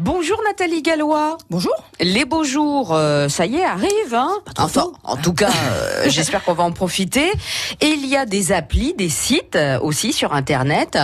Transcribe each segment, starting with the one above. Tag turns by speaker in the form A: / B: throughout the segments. A: Bonjour Nathalie Gallois.
B: Bonjour.
A: Les beaux jours, euh, ça y est, arrivent. Hein
B: trop
A: enfin,
B: tôt.
A: en tout cas, euh, j'espère qu'on va en profiter. Et il y a des applis, des sites euh, aussi sur Internet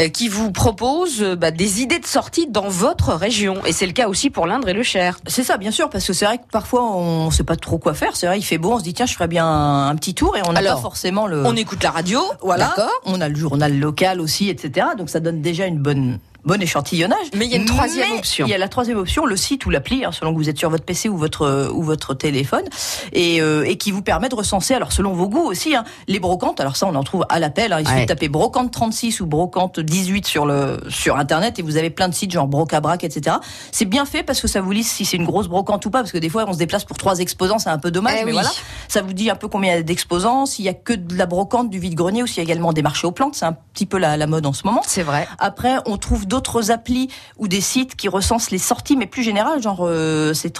A: euh, qui vous proposent euh, bah, des idées de sortie dans votre région. Et c'est le cas aussi pour l'Indre et le Cher.
B: C'est ça, bien sûr, parce que c'est vrai que parfois on sait pas trop quoi faire. C'est vrai, il fait beau, on se dit tiens, je ferais bien un, un petit tour et on n'a
A: Alors,
B: pas forcément le.
A: On écoute la radio,
B: voilà.
A: d'accord
B: On a le journal local aussi, etc. Donc ça donne déjà une bonne bon échantillonnage.
A: Mais il y a une troisième option.
B: Il y a la troisième option, le site ou l'appli, hein, selon que vous êtes sur votre PC ou votre euh, ou votre téléphone, et, euh, et qui vous permet de recenser, alors selon vos goûts aussi, hein, les brocantes. Alors ça, on en trouve à l'appel. Hein, il suffit
A: Ouais.
B: de taper brocante 36 ou brocante 18 sur le sur internet et vous avez plein de sites genre brocabrac, etc. C'est bien fait parce que ça vous liste si c'est une grosse brocante ou pas, parce que des fois on se déplace pour trois exposants, c'est un peu dommage,
A: Eh oui.
B: mais voilà. Ça vous dit un peu combien il y a d'exposants, s'il y a que de la brocante, du vide-grenier ou s'il y a également des marchés aux plantes. C'est un petit peu la, la mode en ce moment.
A: C'est vrai.
B: Après, on trouve d'autres applis ou des sites qui recensent les sorties, mais plus générales, genre euh, c'est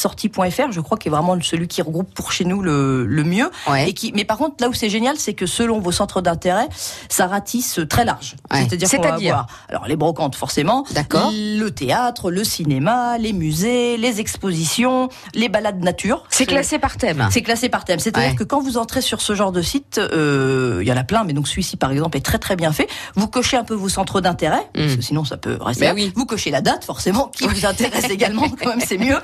B: 36sorties.fr, je crois, qui est vraiment celui qui regroupe pour chez nous le, le mieux.
A: Ouais.
B: Et qui, mais par contre, là où c'est génial, c'est que selon vos centres d'intérêt, ça ratisse très large.
A: Ouais.
B: C'est-à-dire qu'on va
A: C'est-à-dire
B: voir, alors les brocantes forcément,
A: D'accord.
B: le théâtre, le cinéma, les musées, les expositions, les balades nature.
A: C'est classé par thème.
B: C'est classé par thème. C'est-à-dire
A: Ouais.
B: que quand vous entrez sur ce genre de site, euh, il y en a plein, mais donc celui-ci par exemple est très très bien fait. Vous cochez un peu vos centres d'intérêt, parce que sinon ça peut rester.
A: Ben
B: là.
A: oui.
B: Vous cochez la date forcément, qui vous intéresse également, quand même c'est mieux.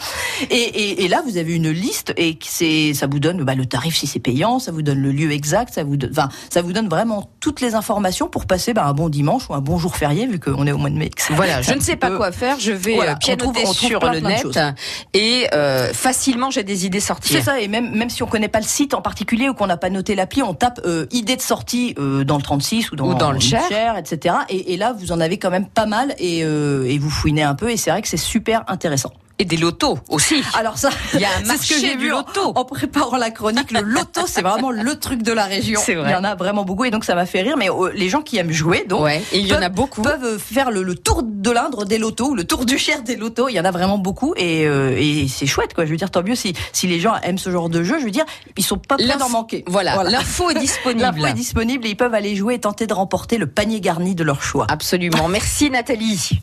B: Et, et- et là vous avez une liste et que c'est ça vous donne bah, le tarif si c'est payant, ça vous donne le lieu exact, ça vous donne, enfin, ça vous donne vraiment toutes les informations pour passer bah, un bon dimanche ou un bon jour férié vu qu'on est au mois de mai.
A: Voilà, je ne sais pas
B: peu-
A: quoi faire, je vais
B: Voilà,
A: euh,
B: on
A: pianoter
B: trouve- on trouve
A: sur
B: plein,
A: le
B: plein de
A: net
B: choses.
A: et euh, facilement j'ai des idées sorties.
B: C'est ça, et même, même si on connaît pas le site en particulier ou qu'on n'a pas noté l'appli, on tape euh, idée de sortie euh, dans le 36 ou dans,
A: Ou dans le Cher.
B: etc. Et, et là, vous en avez quand même pas mal et, euh, et vous fouinez un peu et c'est vrai que c'est super intéressant.
A: Et des lotos aussi.
B: Alors ça,
A: Il y a un
B: c'est ce
A: marché
B: que j'ai
A: du
B: vu Oh, en-
A: loto.
B: En, préparant la chronique, le loto, c'est vraiment le truc de la région.
A: C'est vrai.
B: Il y en a vraiment beaucoup et donc ça m'a fait rire. Mais euh, les gens qui aiment jouer, donc,
A: Ouais, et il y en a
B: peuvent-
A: beaucoup.
B: peuvent euh, faire le, le tour de l'Indre des lotos, ou le tour du Cher des lotos. Il y en a vraiment beaucoup et, euh, et c'est chouette, quoi. Je veux dire, tant mieux si, si les gens aiment ce genre de jeu. Je veux dire, ils sont pas prêts
A: L'inf-
B: d'en manquer.
A: Voilà, l'info est disponible.
B: L'info est disponible et ils peuvent aller jouer et tenter de remporter le panier garni de leur choix.
A: Absolument. Merci Nathalie.